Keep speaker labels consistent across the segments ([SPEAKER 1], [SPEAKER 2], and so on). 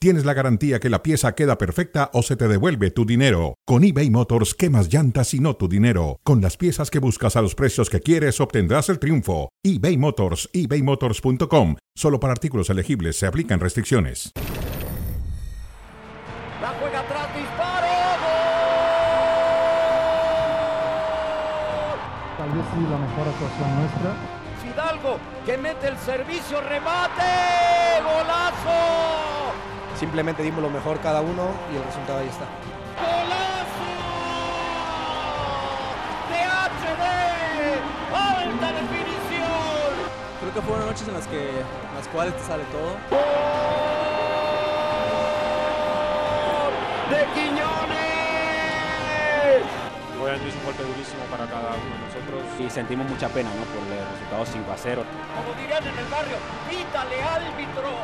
[SPEAKER 1] tienes la garantía que la pieza queda perfecta o se te devuelve tu dinero. Con eBay Motors, quemas llantas y no tu dinero. Con las piezas que buscas a los precios que quieres, obtendrás el triunfo. eBay Motors, ebaymotors.com. Solo para artículos elegibles se aplican restricciones.
[SPEAKER 2] La juega atrás, disparo.
[SPEAKER 3] Tal vez sí la mejor actuación nuestra.
[SPEAKER 2] Gol. Fidalgo que mete el servicio, remate. Golazo.
[SPEAKER 4] Simplemente dimos lo mejor cada uno y el resultado ahí está.
[SPEAKER 2] Golazo. De HD. Alta definición.
[SPEAKER 5] Creo que fueron noches en las que en las cuales te sale todo.
[SPEAKER 2] Gol. De Quiñones.
[SPEAKER 6] Obviamente es un golpe durísimo para cada uno de nosotros.
[SPEAKER 7] y sentimos mucha pena ¿no? por el resultado 5 a 0.
[SPEAKER 2] Como dirían en el barrio, pítale árbitro.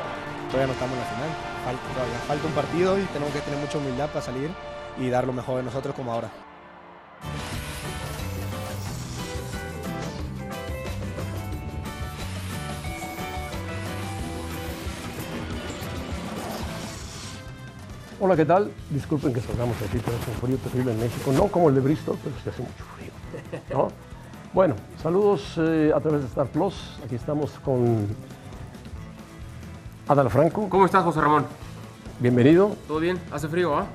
[SPEAKER 4] Todavía no estamos en la final. Falta, todavía falta un partido y tenemos que tener mucha humildad para salir y dar lo mejor de nosotros como ahora.
[SPEAKER 8] Hola, ¿qué tal? Disculpen que salgamos aquí, pero hace un frío terrible en México. No como el de Bristol, pero se hace mucho frío. ¿no? Bueno, saludos eh, a través de Star Plus. Aquí estamos con Adal Franco.
[SPEAKER 9] ¿Cómo estás, José Ramón?
[SPEAKER 8] Bienvenido.
[SPEAKER 9] ¿Todo bien? ¿Hace frío, ah?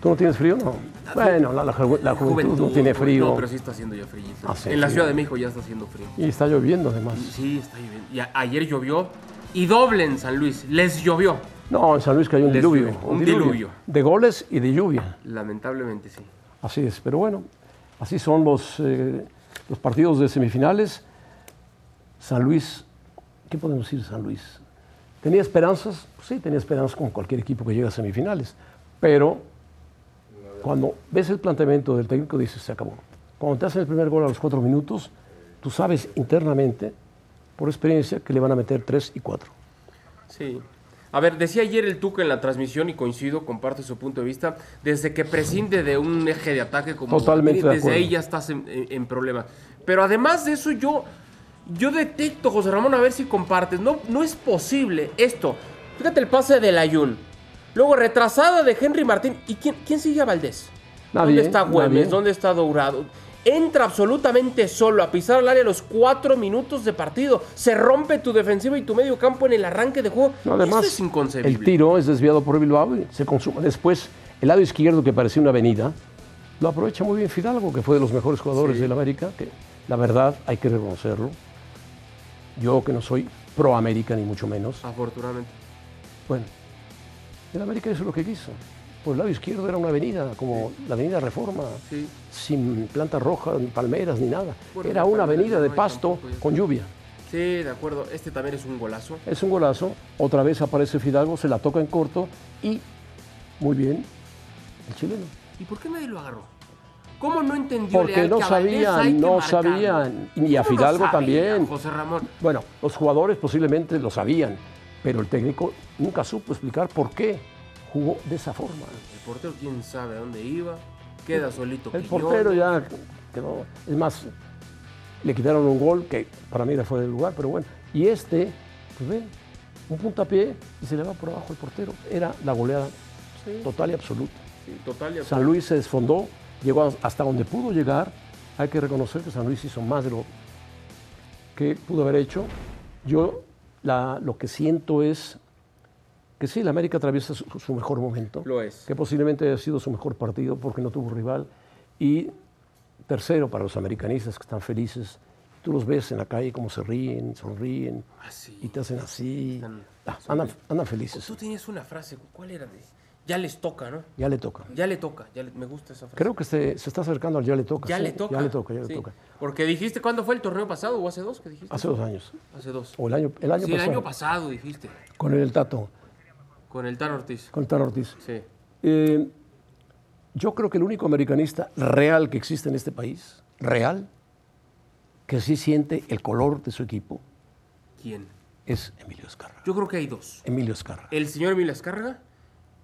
[SPEAKER 8] ¿Tú no tienes frío? No. Bueno, la, la ju- la juventud, no tiene frío.
[SPEAKER 9] No, pero sí está haciendo ya frío.
[SPEAKER 8] Ah, sí,
[SPEAKER 9] en la
[SPEAKER 8] sí.
[SPEAKER 9] Ciudad de México ya está haciendo frío.
[SPEAKER 8] Y está lloviendo además.
[SPEAKER 9] Sí, está lloviendo. Y a- ayer llovió y doble en San Luis. Les llovió.
[SPEAKER 8] No, en San Luis cayó un
[SPEAKER 9] Les
[SPEAKER 8] diluvio.
[SPEAKER 9] llueve, un diluvio.
[SPEAKER 8] De goles y de lluvia.
[SPEAKER 9] Lamentablemente sí.
[SPEAKER 8] Así es, pero bueno, así son los, eh, los partidos de semifinales. San Luis, ¿qué podemos decir de San Luis? ¿Tenía esperanzas? Pues sí, tenía esperanzas como cualquier equipo que llega a semifinales, pero cuando ves el planteamiento del técnico dices, se acabó. Cuando te hacen el primer gol a los cuatro minutos, tú sabes internamente, por experiencia, que le van a meter tres y cuatro.
[SPEAKER 9] Sí. A ver, decía ayer el Tuca en la transmisión y coincido, comparto su punto de vista, desde que prescinde de un eje de ataque como
[SPEAKER 8] Totalmente de
[SPEAKER 9] desde ahí
[SPEAKER 8] acuerdo.
[SPEAKER 9] ya estás en, en- en problema. Pero además de eso yo yo detecto, José Ramón, a ver si compartes, no no es posible esto. Fíjate el pase de Layun. Luego retrasada de Henry Martín y quién quién sigue a Valdés?
[SPEAKER 8] Nadie,
[SPEAKER 9] ¿Dónde está Güemes?
[SPEAKER 8] nadie.
[SPEAKER 9] ¿Dónde está Dourado? Entra absolutamente solo a pisar al área los cuatro minutos de partido. Se rompe tu defensiva y tu medio campo en el arranque de juego.
[SPEAKER 8] No, además,
[SPEAKER 9] Eso es inconcebible.
[SPEAKER 8] el tiro es desviado por Bilbao y se consuma. Después, el lado izquierdo, que parecía una avenida, lo aprovecha muy bien Fidalgo, que fue de los mejores jugadores del América, que la verdad hay que reconocerlo. Yo que no soy pro América, ni mucho menos.
[SPEAKER 9] Afortunadamente.
[SPEAKER 8] Bueno, el América hizo lo que quiso. Por el lado izquierdo era una avenida, como la avenida Reforma,
[SPEAKER 9] Sí.
[SPEAKER 8] sin planta roja, ni palmeras, ni nada.
[SPEAKER 9] Bueno,
[SPEAKER 8] era
[SPEAKER 9] no,
[SPEAKER 8] una
[SPEAKER 9] pero
[SPEAKER 8] avenida
[SPEAKER 9] no
[SPEAKER 8] de
[SPEAKER 9] hay
[SPEAKER 8] pasto
[SPEAKER 9] tampoco, ya.
[SPEAKER 8] con lluvia.
[SPEAKER 9] Sí, de acuerdo. Este también es un golazo.
[SPEAKER 8] Es un golazo. Otra vez aparece Fidalgo, se la toca en corto y muy bien el chileno.
[SPEAKER 9] ¿Y por qué nadie lo agarró? ¿Cómo no entendió
[SPEAKER 8] Porque
[SPEAKER 9] Leal
[SPEAKER 8] no
[SPEAKER 9] que a Valdés hay
[SPEAKER 8] sabían,
[SPEAKER 9] que
[SPEAKER 8] no
[SPEAKER 9] marcarlo?
[SPEAKER 8] sabían. Y a
[SPEAKER 9] ¿Cómo no
[SPEAKER 8] Fidalgo
[SPEAKER 9] sabía,
[SPEAKER 8] también.
[SPEAKER 9] José Ramón.
[SPEAKER 8] Bueno, los jugadores posiblemente lo sabían, pero el técnico nunca supo explicar por qué jugó de esa forma.
[SPEAKER 9] El portero quién sabe a dónde iba. Queda solito.
[SPEAKER 8] El
[SPEAKER 9] Quiñones.
[SPEAKER 8] portero ya quedó. Es más, le quitaron un gol que para mí era fuera de lugar, pero bueno. Y este, pues ve, un puntapié y se le va por abajo el portero. Era la goleada total y absoluta.
[SPEAKER 9] Sí, total y
[SPEAKER 8] San Luis se desfondó, llegó hasta donde pudo llegar. Hay que reconocer que San Luis hizo más de lo que pudo haber hecho. Yo la- lo que siento es que sí, la América atraviesa su, su mejor momento.
[SPEAKER 9] Lo es.
[SPEAKER 8] Que posiblemente haya sido su mejor partido porque no tuvo rival. Y tercero, para los americanistas que están felices, tú los ves en la calle cómo se ríen, sonríen
[SPEAKER 9] Así.
[SPEAKER 8] y te hacen así.
[SPEAKER 9] Están-
[SPEAKER 8] Ah, andan, andan felices.
[SPEAKER 9] Tú tenías una frase, ¿cuál era? De, ya les toca, ¿no?
[SPEAKER 8] Ya le toca.
[SPEAKER 9] Ya le toca, ya le- me gusta esa frase.
[SPEAKER 8] Creo que se, se está acercando al ya le toca.
[SPEAKER 9] ya
[SPEAKER 8] sí,
[SPEAKER 9] le toca.
[SPEAKER 8] Ya le toca, ya le
[SPEAKER 9] sí.
[SPEAKER 8] toca.
[SPEAKER 9] Porque dijiste, ¿cuándo fue el torneo pasado o hace dos que dijiste?
[SPEAKER 8] Hace dos años.
[SPEAKER 9] Hace dos.
[SPEAKER 8] O el año, el año
[SPEAKER 9] sí,
[SPEAKER 8] pasado.
[SPEAKER 9] el año pasado dijiste,
[SPEAKER 8] Con el Tato,
[SPEAKER 9] con el Tan Ortiz.
[SPEAKER 8] con el Tano Ortiz.
[SPEAKER 9] Sí.
[SPEAKER 8] Eh, yo creo que el único americanista real que existe en este país, real, que sí siente el color de su equipo,
[SPEAKER 9] ¿Quién?
[SPEAKER 8] es Emilio Escarra.
[SPEAKER 9] Yo creo que hay dos.
[SPEAKER 8] Emilio Escarra.
[SPEAKER 9] El señor Emilio Escarga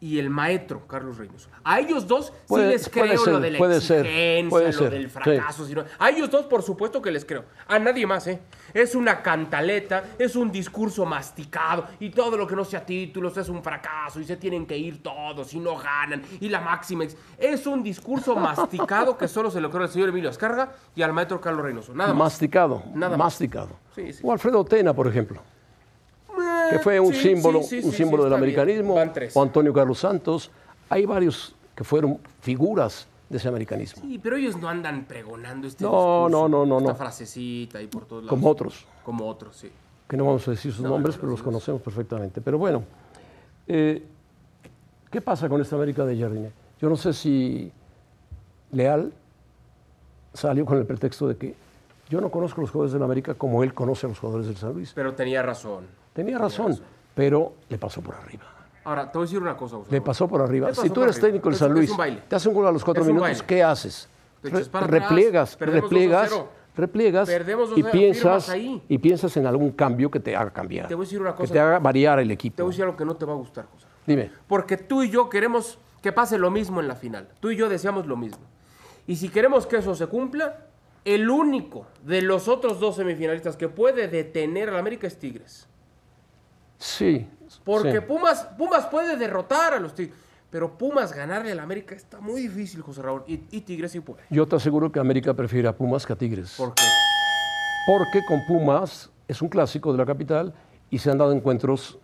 [SPEAKER 9] y el maestro Carlos Reynoso. A ellos dos
[SPEAKER 8] Puede-
[SPEAKER 9] sí les
[SPEAKER 8] puede
[SPEAKER 9] creo
[SPEAKER 8] ser,
[SPEAKER 9] lo de la
[SPEAKER 8] puede ser,
[SPEAKER 9] exigencia,
[SPEAKER 8] puede
[SPEAKER 9] lo
[SPEAKER 8] ser,
[SPEAKER 9] del
[SPEAKER 8] sí.
[SPEAKER 9] fracaso. si no- A ellos dos, por supuesto que les creo. A nadie más, ¿eh? Es una cantaleta, es un discurso masticado y todo lo que no sea títulos es un fracaso y se tienen que ir todos y no ganan y la máxima. ex- Es un discurso masticado que solo se lo creo al señor Emilio Escarga y al maestro Carlos Reynoso. Nada más.
[SPEAKER 8] Masticado.
[SPEAKER 9] Nada más.
[SPEAKER 8] masticado.
[SPEAKER 9] Sí, sí.
[SPEAKER 8] O Alfredo Tena, por ejemplo,
[SPEAKER 9] Eh,
[SPEAKER 8] que fue un
[SPEAKER 9] sí,
[SPEAKER 8] símbolo,
[SPEAKER 9] sí, sí,
[SPEAKER 8] un
[SPEAKER 9] sí,
[SPEAKER 8] símbolo
[SPEAKER 9] sí,
[SPEAKER 8] del
[SPEAKER 9] está bien.
[SPEAKER 8] americanismo.
[SPEAKER 9] Van tres.
[SPEAKER 8] O Antonio Carlos Santos. Hay varios que fueron figuras de ese americanismo,
[SPEAKER 9] Sí, pero ellos no andan pregonando este
[SPEAKER 8] No,
[SPEAKER 9] discurso,
[SPEAKER 8] no, no, no,
[SPEAKER 9] Esta
[SPEAKER 8] no.
[SPEAKER 9] frasecita y por todos lados.
[SPEAKER 8] como otros.
[SPEAKER 9] Como otros, sí.
[SPEAKER 8] que no vamos a decir sus nombres, pero los conocemos perfectamente. Pero bueno, eh, ¿qué pasa con esta América de Jardine? Yo no sé si Leal salió con el pretexto de que yo no conozco a los jugadores de la América como él conoce a los jugadores del San Luis.
[SPEAKER 9] Pero tenía razón.
[SPEAKER 8] Tenía razón, pero le pasó por arriba.
[SPEAKER 9] Ahora, te voy a decir una cosa, Gustavo.
[SPEAKER 8] Le pasó por arriba.
[SPEAKER 9] Le pasó
[SPEAKER 8] si tú
[SPEAKER 9] por
[SPEAKER 8] eres
[SPEAKER 9] arriba.
[SPEAKER 8] técnico del
[SPEAKER 9] Es-
[SPEAKER 8] San
[SPEAKER 9] es
[SPEAKER 8] Luis,
[SPEAKER 9] un baile.
[SPEAKER 8] te hace un gol a los cuatro
[SPEAKER 9] Es un
[SPEAKER 8] minutos,
[SPEAKER 9] baile.
[SPEAKER 8] ¿qué haces?
[SPEAKER 9] Te
[SPEAKER 8] Re-
[SPEAKER 9] echas para atrás,
[SPEAKER 8] repliegas,
[SPEAKER 9] perdemos
[SPEAKER 8] repliegas,
[SPEAKER 9] 2 a 0.
[SPEAKER 8] replegas
[SPEAKER 9] Perdemos 2
[SPEAKER 8] y
[SPEAKER 9] a 0, firmas
[SPEAKER 8] piensas
[SPEAKER 9] ahí.
[SPEAKER 8] y piensas en algún cambio que te haga cambiar.
[SPEAKER 9] Te voy a decir una cosa.
[SPEAKER 8] Que te haga variar el
[SPEAKER 9] Te voy
[SPEAKER 8] equipo.
[SPEAKER 9] a decir algo que no te va a gustar, José.
[SPEAKER 8] Dime.
[SPEAKER 9] Porque tú y yo queremos que pase lo mismo en la final. Tú y yo deseamos lo mismo. Y si queremos que eso se cumpla, el único de los otros dos semifinalistas que puede detener al América es Tigres.
[SPEAKER 8] Sí.
[SPEAKER 9] Porque
[SPEAKER 8] sí.
[SPEAKER 9] Pumas, Pumas puede derrotar a los Tigres. Pero Pumas ganarle al América está muy difícil, José Raúl. Y, y Tigres sí puede.
[SPEAKER 8] Yo te aseguro que América prefiere a Pumas que a Tigres.
[SPEAKER 9] Porque
[SPEAKER 8] Porque con Pumas es un clásico de la capital y se han dado encuentros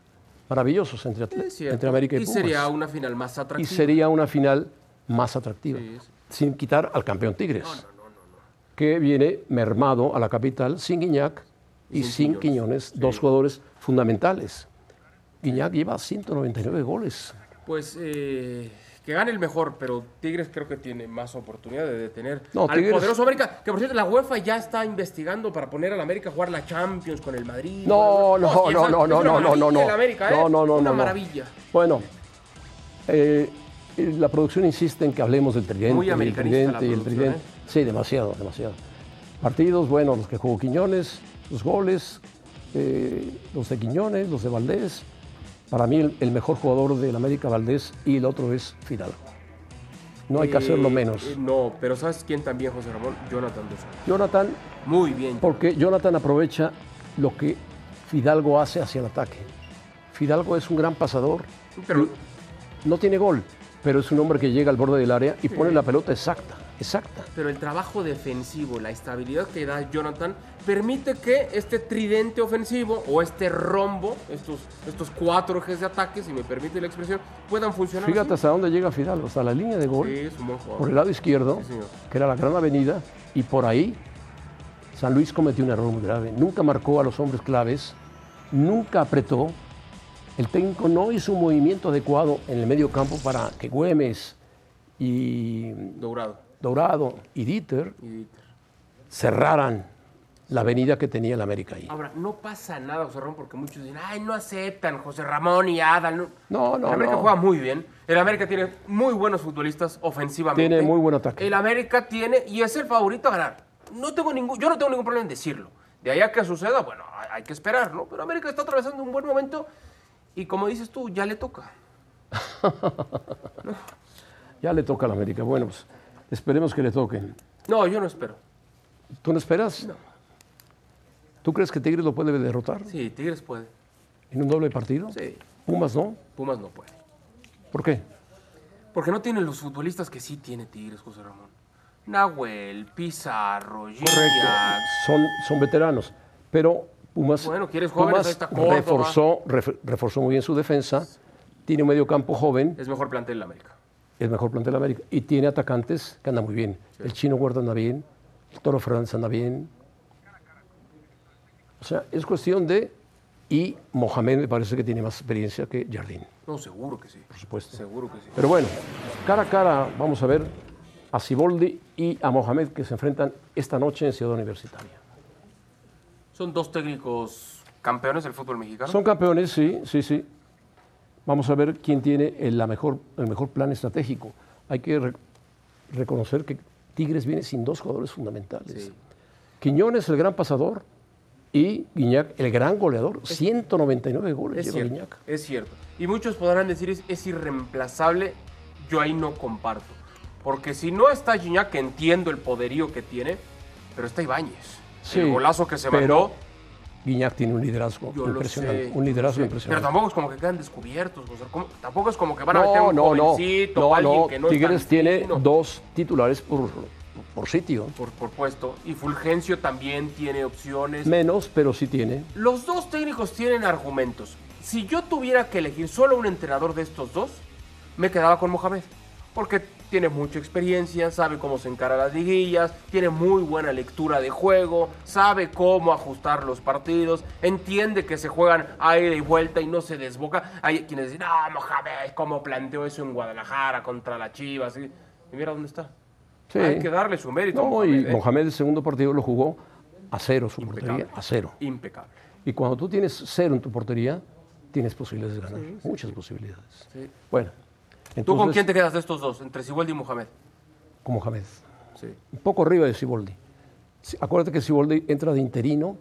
[SPEAKER 8] maravillosos entre, atle-
[SPEAKER 9] es cierto.
[SPEAKER 8] entre América y,
[SPEAKER 9] y
[SPEAKER 8] Pumas.
[SPEAKER 9] sería una final más
[SPEAKER 8] y
[SPEAKER 9] atractiva.
[SPEAKER 8] sería una final más atractiva.
[SPEAKER 9] Sí, sí.
[SPEAKER 8] Sin quitar al campeón Tigres. Que viene mermado a la capital sin Guiñac y sin Quiñones, dos jugadores fundamentales. Guiñac lleva 199 goles.
[SPEAKER 9] Pues eh, que gane el mejor, pero Tigres creo que tiene más oportunidad de detener
[SPEAKER 8] No,
[SPEAKER 9] al
[SPEAKER 8] Tigres-
[SPEAKER 9] poderoso América. Que por cierto, la UEFA ya está investigando para poner al América a jugar la Champions con el Madrid.
[SPEAKER 8] No,
[SPEAKER 9] es
[SPEAKER 8] no,
[SPEAKER 9] que
[SPEAKER 8] no,
[SPEAKER 9] es-
[SPEAKER 8] no,
[SPEAKER 9] es
[SPEAKER 8] no,
[SPEAKER 9] una
[SPEAKER 8] no, no, no,
[SPEAKER 9] maravilla
[SPEAKER 8] no.
[SPEAKER 9] el América, ¿eh?
[SPEAKER 8] No, no, no,
[SPEAKER 9] Una
[SPEAKER 8] no, no.
[SPEAKER 9] maravilla.
[SPEAKER 8] Bueno, eh, la producción insiste en que hablemos del tridente,
[SPEAKER 9] Muy
[SPEAKER 8] y el
[SPEAKER 9] americanista la
[SPEAKER 8] tridente y el
[SPEAKER 9] producción, ¿eh?
[SPEAKER 8] tridente. Sí, demasiado, demasiado. Partidos, bueno, los que jugó Quiñones, los goles, eh, los de Quiñones, los de Valdés. Para mí el, el mejor jugador del América Valdés y el otro es Fidalgo. No hay que
[SPEAKER 9] Eh,
[SPEAKER 8] hacerlo menos.
[SPEAKER 9] eh, no, pero ¿sabes quién también, José Ramón? Jonathan Dos Santos.
[SPEAKER 8] Jonathan,
[SPEAKER 9] Muy bien.
[SPEAKER 8] porque Jonathan aprovecha lo que Fidalgo hace hacia el ataque. Fidalgo es un gran pasador,
[SPEAKER 9] Pero
[SPEAKER 8] no tiene gol, pero es un hombre que llega al borde del área y pone la pelota exacta, exacta.
[SPEAKER 9] pero el trabajo defensivo, la estabilidad que da Jonathan, permite que este tridente ofensivo o este rombo, estos, estos cuatro ejes de ataque, si me permite la expresión, puedan funcionar.
[SPEAKER 8] Fíjate
[SPEAKER 9] así.
[SPEAKER 8] hasta dónde llega Fidalgo, hasta la línea de gol,
[SPEAKER 9] Sí, es un buen jugador.
[SPEAKER 8] por el lado izquierdo,
[SPEAKER 9] Sí, señor.
[SPEAKER 8] que era la gran avenida, y por ahí San Luis cometió un error muy grave. Nunca marcó a los hombres claves, nunca apretó. El técnico no hizo un movimiento adecuado en el medio campo para que Güemes y
[SPEAKER 9] Dourado.
[SPEAKER 8] Dorado y Dieter
[SPEAKER 9] y Dieter.
[SPEAKER 8] cerraran la avenida que tenía el América ahí.
[SPEAKER 9] Ahora, no pasa nada, José Ramón, porque muchos dicen, ay, no aceptan José Ramón y Adal. No,
[SPEAKER 8] No, no,
[SPEAKER 9] El América
[SPEAKER 8] no.
[SPEAKER 9] juega muy bien. El América tiene muy buenos futbolistas ofensivamente.
[SPEAKER 8] Tiene muy buen ataque.
[SPEAKER 9] El América tiene, y es el favorito a ganar. No tengo ningún, yo no tengo ningún problema en decirlo. De allá que suceda, bueno, hay- hay que esperar, ¿no? Pero América está atravesando un buen momento y como dices tú, ya le toca.
[SPEAKER 8] Ya le toca a la América. Bueno, pues esperemos que le toquen.
[SPEAKER 9] No, yo no espero.
[SPEAKER 8] ¿Tú no esperas? ¿Tú crees que Tigres lo puede derrotar
[SPEAKER 9] Sí, Tigres puede.
[SPEAKER 8] en un doble partido?
[SPEAKER 9] Sí.
[SPEAKER 8] Pumas no.
[SPEAKER 9] Pumas no puede.
[SPEAKER 8] ¿Por qué?
[SPEAKER 9] Porque no tiene los futbolistas que sí tiene Tigres, José Ramón. Nahuel, Pizarro, Gignac.
[SPEAKER 8] Son, son veteranos. Pero Pumas,
[SPEAKER 9] Bueno, ¿quieres jóvenes? Ahí
[SPEAKER 8] Pumas
[SPEAKER 9] está Córdoba.
[SPEAKER 8] reforzó, ref- reforzó muy bien su defensa. Tiene un medio campo joven,
[SPEAKER 9] Es mejor plantel la América.
[SPEAKER 8] el mejor plantel de América. Y tiene atacantes que andan muy bien. El chino Guarda anda bien, el Toro Fernández anda bien. O sea, es cuestión de... Y Mohamed me parece que tiene más experiencia que Jardín.
[SPEAKER 9] No, seguro que sí. Por
[SPEAKER 8] supuesto.
[SPEAKER 9] Seguro que sí.
[SPEAKER 8] Pero bueno, cara a cara vamos a ver a Siboldi y a Mohamed que se enfrentan esta noche en Ciudad Universitaria.
[SPEAKER 9] Son dos técnicos campeones del fútbol mexicano.
[SPEAKER 8] Son campeones, sí, sí, sí. Vamos a ver quién tiene el, la mejor, el mejor plan estratégico. Hay que re- reconocer que Tigres viene sin dos jugadores fundamentales.
[SPEAKER 9] Sí.
[SPEAKER 8] Quiñones, el gran pasador, Y Guiñac, el gran goleador, 199 goles lleva
[SPEAKER 9] Es cierto,
[SPEAKER 8] Guiñac.
[SPEAKER 9] es cierto. Y muchos podrán decir es, es irreemplazable. Yo ahí no comparto. Porque si no está Gignac, que entiendo el poderío que tiene, pero está Ibáñez.
[SPEAKER 8] Sí,
[SPEAKER 9] el golazo que se
[SPEAKER 8] pero
[SPEAKER 9] mandó,
[SPEAKER 8] Guiñac tiene un liderazgo
[SPEAKER 9] yo lo sé.
[SPEAKER 8] impresionante.
[SPEAKER 9] yo
[SPEAKER 8] un liderazgo
[SPEAKER 9] sé. Pero
[SPEAKER 8] impresionante.
[SPEAKER 9] tampoco es como que quedan descubiertos. José. Como- tampoco es como que van a meter a un jovencito,
[SPEAKER 8] no,
[SPEAKER 9] a alguien
[SPEAKER 8] no.
[SPEAKER 9] que no es
[SPEAKER 8] Tigres
[SPEAKER 9] tan
[SPEAKER 8] tiene
[SPEAKER 9] fino.
[SPEAKER 8] dos titulares por, por sitio.
[SPEAKER 9] Por, por puesto. Y Fulgencio también tiene opciones.
[SPEAKER 8] Menos, pero sí tiene.
[SPEAKER 9] Los dos técnicos tienen argumentos. Si yo tuviera que elegir solo un entrenador de estos dos, me quedaba con Mohamed. Porque tiene mucha experiencia, sabe cómo se encara las liguillas, tiene muy buena lectura de juego, sabe cómo ajustar los partidos, entiende que se juegan a ida y vuelta y no se desboca. Hay quienes dicen, ah, Mohamed, ¿cómo planteó eso en Guadalajara contra la Chivas? Y y mira dónde está.
[SPEAKER 8] Sí.
[SPEAKER 9] Hay que darle su mérito. a
[SPEAKER 8] No, y
[SPEAKER 9] ¿eh?
[SPEAKER 8] Mohamed el segundo partido lo jugó a cero, su portería a cero.
[SPEAKER 9] Impecable.
[SPEAKER 8] Y cuando tú tienes cero en tu portería, tienes posibilidades de ganar. Muchas posibilidades. Bueno.
[SPEAKER 9] ¿Tú con
[SPEAKER 8] entonces,
[SPEAKER 9] quién te quedas de estos dos, entre Siboldi y Mohamed?
[SPEAKER 8] Con Mohamed.
[SPEAKER 9] Sí.
[SPEAKER 8] Un poco arriba de Siboldi. Sí, Acuérdate que Siboldi entra de interino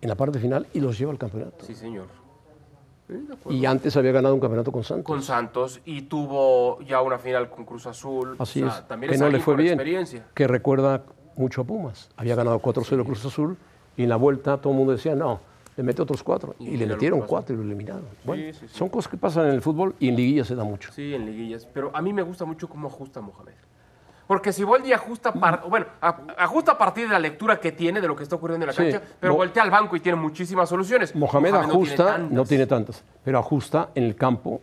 [SPEAKER 8] en la parte final y los lleva al campeonato.
[SPEAKER 9] Sí, señor.
[SPEAKER 8] Y antes había ganado un campeonato con Santos.
[SPEAKER 9] Con Santos y tuvo ya una final con Cruz Azul.
[SPEAKER 8] Así
[SPEAKER 9] O sea,
[SPEAKER 8] es.
[SPEAKER 9] También
[SPEAKER 8] que
[SPEAKER 9] es
[SPEAKER 8] no le
[SPEAKER 9] alguien
[SPEAKER 8] fue
[SPEAKER 9] con
[SPEAKER 8] bien.
[SPEAKER 9] experiencia.
[SPEAKER 8] Que recuerda mucho a Pumas. Había ganado 4-0 Cruz Azul y en la vuelta todo el mundo decía, no, le mete otros cuatro. Y,
[SPEAKER 9] mira
[SPEAKER 8] le
[SPEAKER 9] lo que
[SPEAKER 8] metieron
[SPEAKER 9] pasó.
[SPEAKER 8] cuatro y lo eliminaron. Bueno,
[SPEAKER 6] sí, sí.
[SPEAKER 8] son cosas que pasan en el fútbol y en liguilla se da mucho.
[SPEAKER 9] Sí, en liguillas. Pero a mí me gusta mucho cómo ajusta Mohamed. Porque Siboldi ajusta,
[SPEAKER 8] Mm.
[SPEAKER 9] par- bueno, a- ajusta a partir de la lectura que tiene de lo que está ocurriendo en la
[SPEAKER 8] Sí.
[SPEAKER 9] cancha, pero
[SPEAKER 8] Mo-
[SPEAKER 9] voltea al banco y tiene muchísimas soluciones.
[SPEAKER 8] Mohamed, ajusta, no tiene,
[SPEAKER 9] tantas.
[SPEAKER 8] tantas, pero ajusta en el campo,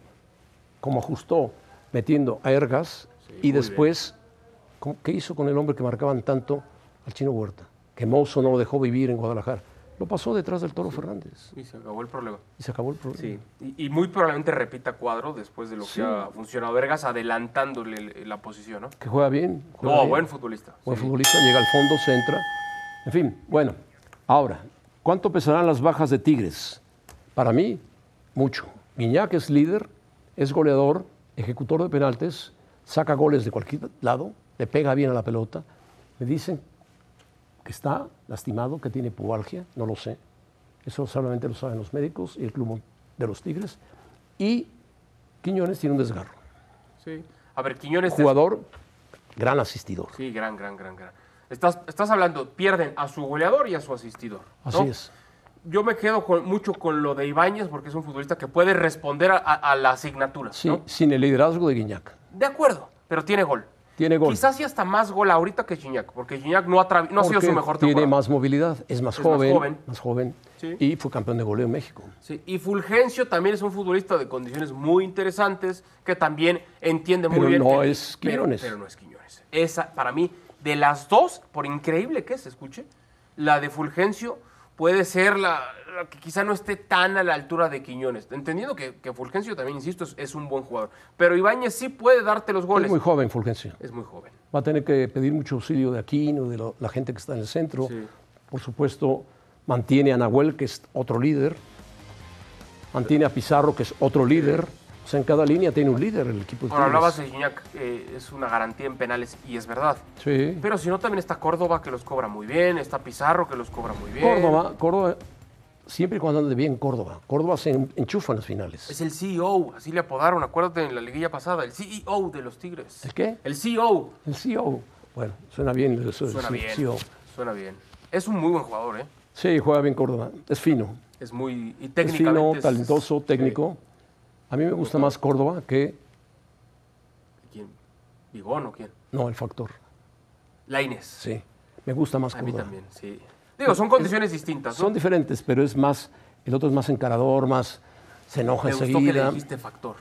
[SPEAKER 8] como ajustó metiendo a Ergas y después, ¿cómo- ¿qué hizo con el hombre que marcaban tanto al chino Huerta? Que Mozo no lo dejó vivir en Guadalajara. Lo pasó detrás del Toro Fernández
[SPEAKER 9] Y se acabó el problema.
[SPEAKER 8] y se acabó el problema.
[SPEAKER 9] Sí, y, y muy probablemente repita cuadro después de lo que ha funcionado Vergas, adelantándole el- la posición, ¿no?
[SPEAKER 8] Que juega bien. juega
[SPEAKER 9] No,
[SPEAKER 8] bien.
[SPEAKER 9] buen futbolista.
[SPEAKER 8] Buen
[SPEAKER 9] Sí.
[SPEAKER 8] futbolista, llega al fondo, centra. En fin, bueno. Ahora, ¿cuánto pesarán las bajas de Tigres? Para mí, mucho. Guiñac es líder, es goleador, ejecutor de penaltes, saca goles de cualquier lado, le pega bien a la pelota. Me dicen que está lastimado, que tiene pubalgia, no lo sé. Eso solamente lo saben los médicos y el club de los Tigres. Y Quiñones tiene un desgarro.
[SPEAKER 9] Sí. A ver, Quiñones. te-
[SPEAKER 8] Jugador, gran asistidor.
[SPEAKER 9] Sí, gran, gran, gran, gran. Estás, estás hablando, pierden a su goleador y a su asistidor. ¿no?
[SPEAKER 8] Así es.
[SPEAKER 9] Yo me quedo con- mucho con lo de Ibáñez porque es un futbolista que puede responder a, a- a la asignatura.
[SPEAKER 8] Sí,
[SPEAKER 9] ¿no?
[SPEAKER 8] sin el liderazgo de Guiñac.
[SPEAKER 9] De acuerdo, pero tiene gol.
[SPEAKER 8] Tiene gol.
[SPEAKER 9] Quizás sí hasta más gol ahorita que Gignac, porque Gignac no, ha tra- no ha sido
[SPEAKER 8] Porque
[SPEAKER 9] su mejor temporada.
[SPEAKER 8] Tiene más movilidad, es más
[SPEAKER 9] Es más
[SPEAKER 8] joven.
[SPEAKER 9] joven.
[SPEAKER 8] Más joven.
[SPEAKER 9] Sí.
[SPEAKER 8] Y fue campeón de goleo en México.
[SPEAKER 9] Sí, y Fulgencio también es un futbolista de condiciones muy interesantes que también entiende muy
[SPEAKER 8] Pero
[SPEAKER 9] bien.
[SPEAKER 8] no
[SPEAKER 9] que-
[SPEAKER 8] es
[SPEAKER 9] pero-
[SPEAKER 8] Quiñones.
[SPEAKER 9] Pero, no es Quiñones. Esa, para mí, de las dos, por increíble que se escuche, la de Fulgencio puede ser la, la que quizá no esté tan a la altura de Quiñones. Entendiendo que, que Fulgencio también, insisto, es, es un buen jugador. Pero Ibáñez sí puede darte los goles.
[SPEAKER 8] Es muy joven, Fulgencio.
[SPEAKER 9] Es muy joven.
[SPEAKER 8] Va a tener que pedir mucho auxilio de Aquino, de lo- la gente que está en el centro.
[SPEAKER 9] Sí.
[SPEAKER 8] Por supuesto, mantiene a Nahuel, que es otro líder. Mantiene a Pizarro, que es otro líder. O sea, en cada línea tiene un líder el equipo de
[SPEAKER 9] Ahora hablabas
[SPEAKER 8] Tigres.
[SPEAKER 9] de Gignac, eh, es una garantía en penales y es verdad.
[SPEAKER 8] Sí.
[SPEAKER 9] Pero si no, también está Córdoba que los cobra muy bien, está Pizarro que los cobra muy bien.
[SPEAKER 8] Córdoba, Córdoba, siempre y cuando ande bien Córdoba. Córdoba se en- enchufa en las finales.
[SPEAKER 9] Es el CEO, así le apodaron, acuérdate, en la liguilla pasada, el CEO de los Tigres.
[SPEAKER 8] ¿El qué? Pues
[SPEAKER 9] El CEO.
[SPEAKER 8] El CEO. Bueno, suena bien eso del
[SPEAKER 9] Suena bien.
[SPEAKER 8] CEO.
[SPEAKER 9] Suena bien. Es un muy buen jugador, ¿eh?
[SPEAKER 8] Sí, juega bien Córdoba. Es fino.
[SPEAKER 9] Es muy. Y
[SPEAKER 8] Es
[SPEAKER 9] técnicamente.
[SPEAKER 8] fino,
[SPEAKER 9] es-
[SPEAKER 8] talentoso,
[SPEAKER 9] sí.
[SPEAKER 8] técnico. A mí me gusta más Córdoba que,
[SPEAKER 9] ¿Quién? ¿Vigón o quién?
[SPEAKER 8] no, el factor.
[SPEAKER 9] Laines.
[SPEAKER 8] Sí, me gusta más
[SPEAKER 9] A mí
[SPEAKER 8] Córdoba.
[SPEAKER 9] también, sí. Digo, son condiciones distintas, ¿no?
[SPEAKER 8] Son diferentes, pero es más, el otro es más encarador, más se enoja
[SPEAKER 9] Me gustó que le
[SPEAKER 8] enseguida.
[SPEAKER 9] dijiste factor.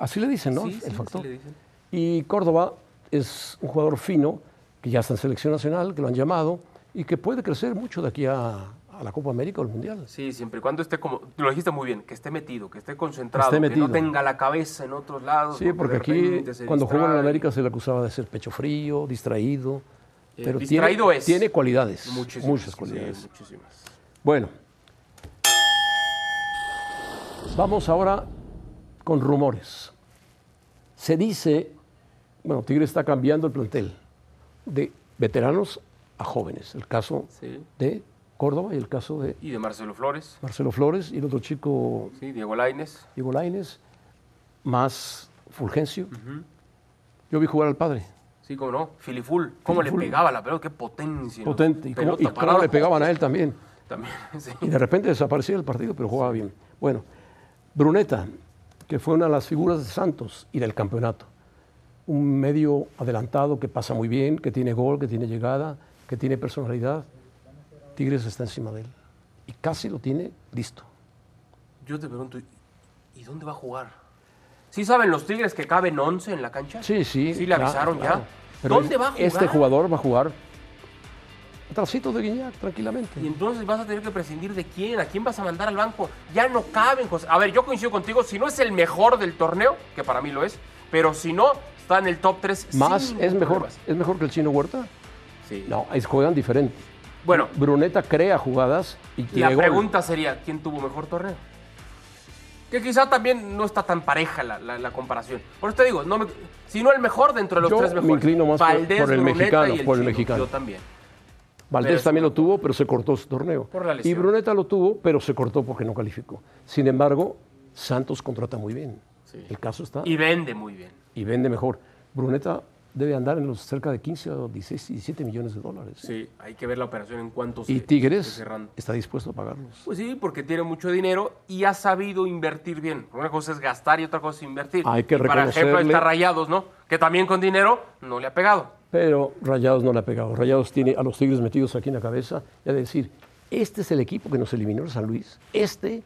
[SPEAKER 8] Así le dicen, ¿no?
[SPEAKER 9] Sí, sí,
[SPEAKER 8] el
[SPEAKER 9] así
[SPEAKER 8] factor.
[SPEAKER 9] le dicen.
[SPEAKER 8] Y Córdoba es un jugador fino que ya está en selección nacional, que lo han llamado y que puede crecer mucho de aquí a, a la Copa América o el Mundial.
[SPEAKER 9] Sí, siempre y cuando esté como. Lo dijiste muy bien, que esté metido, que esté concentrado,
[SPEAKER 8] Que esté
[SPEAKER 9] que
[SPEAKER 8] metido.
[SPEAKER 9] no tenga la cabeza en otros lados.
[SPEAKER 8] Sí, porque
[SPEAKER 9] de
[SPEAKER 8] aquí
[SPEAKER 9] repente se
[SPEAKER 8] cuando jugó en el
[SPEAKER 9] distrae.
[SPEAKER 8] América se le acusaba de ser pecho frío, distraído.
[SPEAKER 9] Eh,
[SPEAKER 8] pero
[SPEAKER 9] distraído
[SPEAKER 8] tiene,
[SPEAKER 9] es.
[SPEAKER 8] tiene cualidades,
[SPEAKER 9] Muchísimas,
[SPEAKER 8] muchas
[SPEAKER 9] sí,
[SPEAKER 8] cualidades.
[SPEAKER 9] muchísimas.
[SPEAKER 8] Bueno, vamos ahora con rumores. Se dice, bueno, Tigre está cambiando el plantel de veteranos a jóvenes. El caso
[SPEAKER 9] Sí.
[SPEAKER 8] de Córdoba y el caso de
[SPEAKER 9] Y de Marcelo Flores,
[SPEAKER 8] Marcelo Flores y el otro chico
[SPEAKER 9] sí, Diego Laines.
[SPEAKER 8] Diego Laines, más Fulgencio. Yo vi jugar al padre,
[SPEAKER 9] Sí, cómo no. Filiful. Cómo
[SPEAKER 8] Filiful.
[SPEAKER 9] le pegaba la pelota. Qué potencia. ¿no?
[SPEAKER 8] potente, y cómo,
[SPEAKER 9] Pelota
[SPEAKER 8] y
[SPEAKER 9] para
[SPEAKER 8] cómo le
[SPEAKER 9] abajo.
[SPEAKER 8] pegaban a él también.
[SPEAKER 9] También, sí.
[SPEAKER 8] Y de repente desaparecía el partido, pero jugaba bien. Bueno, Bruneta, que fue una de las figuras de Santos y del campeonato. Un medio adelantado que pasa muy bien, que tiene gol, que tiene llegada, que tiene personalidad. Tigres está encima de él. Y casi lo tiene listo.
[SPEAKER 9] Yo te pregunto, ¿y dónde va a jugar? ¿Sí saben los Tigres que caben 11 en la cancha?
[SPEAKER 8] Sí, sí.
[SPEAKER 9] ¿Sí le
[SPEAKER 8] claro,
[SPEAKER 9] avisaron
[SPEAKER 8] claro.
[SPEAKER 9] ya?
[SPEAKER 8] Pero
[SPEAKER 9] ¿Dónde
[SPEAKER 8] es-
[SPEAKER 9] va a jugar?
[SPEAKER 8] Este jugador va a jugar atrásito de Guiñac, tranquilamente.
[SPEAKER 9] Y entonces vas a tener que prescindir de quién, a quién vas a mandar al banco. Ya no caben, José. A ver, yo coincido contigo, si no es el mejor del torneo, que para mí lo es, pero si no, está en el top 3.
[SPEAKER 8] Más, es mejor, ¿es mejor que el chino Huerta?
[SPEAKER 9] Sí.
[SPEAKER 8] No, es, juegan diferente.
[SPEAKER 9] Bueno,
[SPEAKER 8] Bruneta crea jugadas y
[SPEAKER 9] la
[SPEAKER 8] tiene gol.
[SPEAKER 9] pregunta sería, ¿quién tuvo mejor torneo? Que quizá también no está tan pareja la, la- la comparación. Por eso te digo, no me- si no el mejor dentro de los
[SPEAKER 8] Yo
[SPEAKER 9] tres
[SPEAKER 8] me
[SPEAKER 9] mejores.
[SPEAKER 8] inclino más por-
[SPEAKER 9] Valdés,
[SPEAKER 8] por el
[SPEAKER 9] Bruneta
[SPEAKER 8] mexicano,
[SPEAKER 9] y
[SPEAKER 8] por el
[SPEAKER 9] Chino.
[SPEAKER 8] mexicano.
[SPEAKER 9] Yo también. Pero
[SPEAKER 8] Valdés
[SPEAKER 9] es-
[SPEAKER 8] también lo tuvo, pero se cortó su torneo.
[SPEAKER 9] Por la lesión.
[SPEAKER 8] y Bruneta lo tuvo, pero se cortó porque no calificó. Sin embargo, Santos contrata muy bien. El caso está
[SPEAKER 9] Y
[SPEAKER 8] y,
[SPEAKER 9] vende muy bien.
[SPEAKER 8] vende mejor. Bruneta debe andar en los cerca de 15 o 16, 17 millones de dólares.
[SPEAKER 9] Sí, hay que ver la operación en cuánto
[SPEAKER 8] Y
[SPEAKER 9] se- se
[SPEAKER 8] Tigres
[SPEAKER 9] cerrando.
[SPEAKER 8] está dispuesto a pagarlos.
[SPEAKER 9] Pues sí, porque tiene mucho dinero y ha sabido invertir bien. Una cosa es gastar y otra cosa es invertir.
[SPEAKER 8] Hay que
[SPEAKER 9] Y Para ejemplo, ahí
[SPEAKER 8] reconocerle-
[SPEAKER 9] está Rayados, ¿no? Que también con dinero no le ha pegado.
[SPEAKER 8] Pero Rayados no la ha pegado. Rayados tiene a los Tigres metidos aquí en la cabeza. Y a decir, este es el equipo que nos eliminó el San Luis. Este.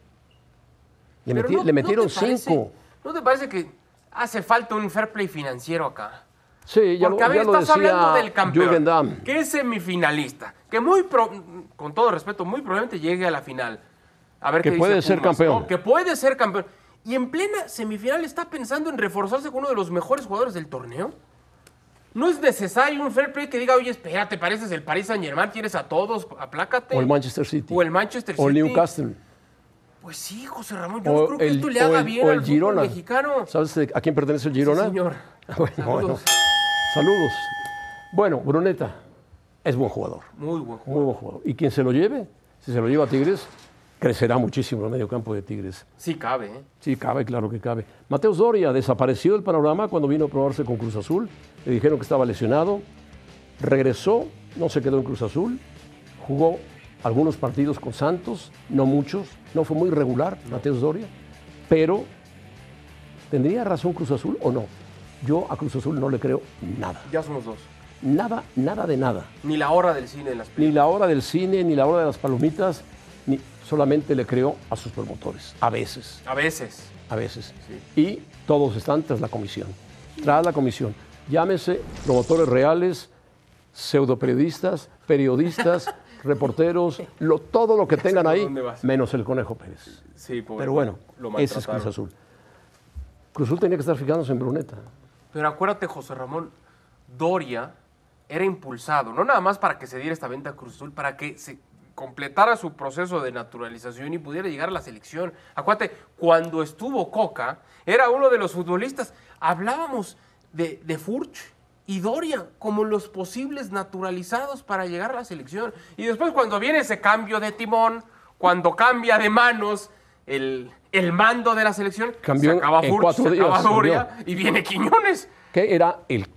[SPEAKER 8] Le,
[SPEAKER 9] Pero
[SPEAKER 8] meti-
[SPEAKER 9] no-
[SPEAKER 8] le
[SPEAKER 9] ¿no
[SPEAKER 8] metieron
[SPEAKER 9] te parece-
[SPEAKER 8] cinco.
[SPEAKER 9] ¿No te parece que hace falta un fair play financiero acá?
[SPEAKER 8] Sí, ya,
[SPEAKER 9] Porque,
[SPEAKER 8] lo,
[SPEAKER 9] a ver,
[SPEAKER 8] ya lo
[SPEAKER 9] estás hablando
[SPEAKER 8] decía
[SPEAKER 9] del campeón,
[SPEAKER 8] Jürgen Damm.
[SPEAKER 9] que es semifinalista, que muy, pro- con todo respeto, muy probablemente llegue a la final. A ver
[SPEAKER 8] Que
[SPEAKER 9] qué dice
[SPEAKER 8] puede ser
[SPEAKER 9] Pumas,
[SPEAKER 8] campeón.
[SPEAKER 9] ¿no? Que puede ser campeón. Y en plena semifinal está pensando en reforzarse con uno de los mejores jugadores del torneo. No es necesario un fair play que diga, oye, espérate, pareces el Paris Saint Germain, tienes a todos, aplácate.
[SPEAKER 8] O el Manchester City.
[SPEAKER 9] O el Manchester
[SPEAKER 8] O el
[SPEAKER 9] City.
[SPEAKER 8] Newcastle.
[SPEAKER 9] Pues sí, José Ramón, yo no creo que esto le
[SPEAKER 8] o
[SPEAKER 9] haga
[SPEAKER 8] el-
[SPEAKER 9] bien
[SPEAKER 8] o
[SPEAKER 9] al
[SPEAKER 8] el
[SPEAKER 9] fútbol mexicano.
[SPEAKER 8] ¿Sabes de- a quién pertenece el Girona? Ah,
[SPEAKER 9] señor.
[SPEAKER 8] Bueno,
[SPEAKER 9] Saludos.
[SPEAKER 8] bueno. Saludos. Bueno, Bruneta es buen jugador,
[SPEAKER 9] Muy buen jugador.
[SPEAKER 8] muy buen jugador. Y quien se lo lleve, si se lo lleva a Tigres, crecerá muchísimo el medio campo de Tigres.
[SPEAKER 9] Sí cabe, ¿eh?
[SPEAKER 8] Sí, cabe, claro que cabe. Mateus Doria desapareció del panorama cuando vino a probarse con Cruz Azul. Le dijeron que estaba lesionado. Regresó, no se quedó en Cruz Azul. Jugó algunos partidos con Santos, no muchos. No fue muy regular Mateus Doria. Pero, ¿tendría razón Cruz Azul o no? Yo a Cruz Azul no le creo nada.
[SPEAKER 9] Ya somos dos.
[SPEAKER 8] Nada, nada de nada.
[SPEAKER 9] Ni la hora del cine de las
[SPEAKER 8] Ni la hora del cine, ni la hora de las palomitas. Ni, solamente le creo a sus promotores, a veces.
[SPEAKER 9] A veces.
[SPEAKER 8] a veces. Y todos están tras la comisión. Tras la comisión. Llámese promotores reales, pseudoperiodistas, periodistas, reporteros, lo, todo lo que tengan
[SPEAKER 9] por
[SPEAKER 8] ahí,
[SPEAKER 9] dónde vas.
[SPEAKER 8] menos el conejo Pérez.
[SPEAKER 9] Sí, pobre.
[SPEAKER 8] Pero bueno,
[SPEAKER 9] lo
[SPEAKER 8] ese es
[SPEAKER 9] maltrataron.
[SPEAKER 8] Cruz Azul. Cruz Azul tenía que estar fijándose en Bruneta.
[SPEAKER 9] Pero acuérdate, José Ramón, Doria era impulsado, no nada más para que se diera esta venta a Cruz Azul, para que se completara su proceso de naturalización y pudiera llegar a la selección. Acuérdate, cuando estuvo Coca, era uno de los futbolistas, hablábamos de, de Furch y Doria como los posibles naturalizados para llegar a la selección. Y después cuando viene ese cambio de timón, cuando cambia de manos el, el mando de la selección,
[SPEAKER 8] Cambió
[SPEAKER 9] se
[SPEAKER 8] en-
[SPEAKER 9] acaba
[SPEAKER 8] en
[SPEAKER 9] Furch,
[SPEAKER 8] cuatro
[SPEAKER 9] se acaba
[SPEAKER 8] días,
[SPEAKER 9] Doria,
[SPEAKER 8] cambió.
[SPEAKER 9] y viene Quiñones.
[SPEAKER 8] Que era el